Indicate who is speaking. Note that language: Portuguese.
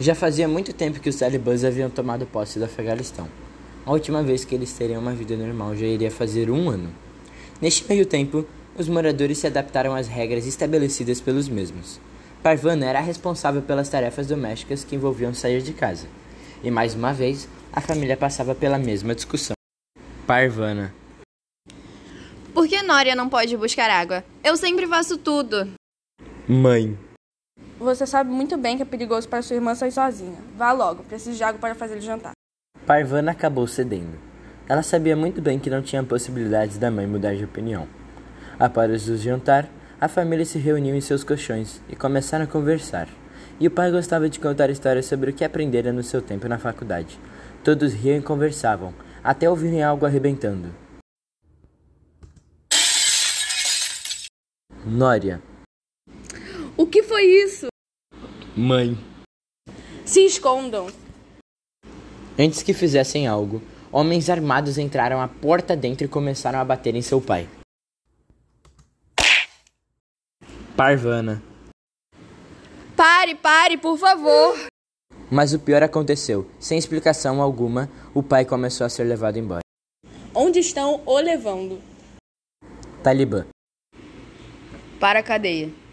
Speaker 1: Já fazia muito tempo que os talibãs haviam tomado posse do Afeganistão. A última vez que eles teriam uma vida normal já iria fazer um ano. Neste meio tempo, os moradores se adaptaram às regras estabelecidas pelos mesmos. Parvana era responsável pelas tarefas domésticas que envolviam sair de casa. E mais uma vez, a família passava pela mesma discussão. Parvana.
Speaker 2: Por que Nória não pode buscar água? Eu sempre faço tudo.
Speaker 1: Mãe.
Speaker 3: Você sabe muito bem que é perigoso para sua irmã sair sozinha. Vá logo, preciso de água para fazer ele jantar.
Speaker 1: Parvana acabou cedendo. Ela sabia muito bem que não tinha possibilidades da mãe mudar de opinião. Após o jantar, a família se reuniu em seus colchões e começaram a conversar. E o pai gostava de contar histórias sobre o que aprendera no seu tempo na faculdade. Todos riam e conversavam, até ouvirem algo arrebentando. Nória.
Speaker 2: O que foi isso?
Speaker 1: Mãe.
Speaker 3: Se escondam!
Speaker 1: Antes que fizessem algo, homens armados entraram à porta dentro e começaram a bater em seu pai. Parvana.
Speaker 2: Pare, pare, por favor.
Speaker 1: Mas o pior aconteceu. Sem explicação alguma, o pai começou a ser levado embora.
Speaker 3: Onde estão o levando?
Speaker 1: Talibã.
Speaker 2: Para a cadeia.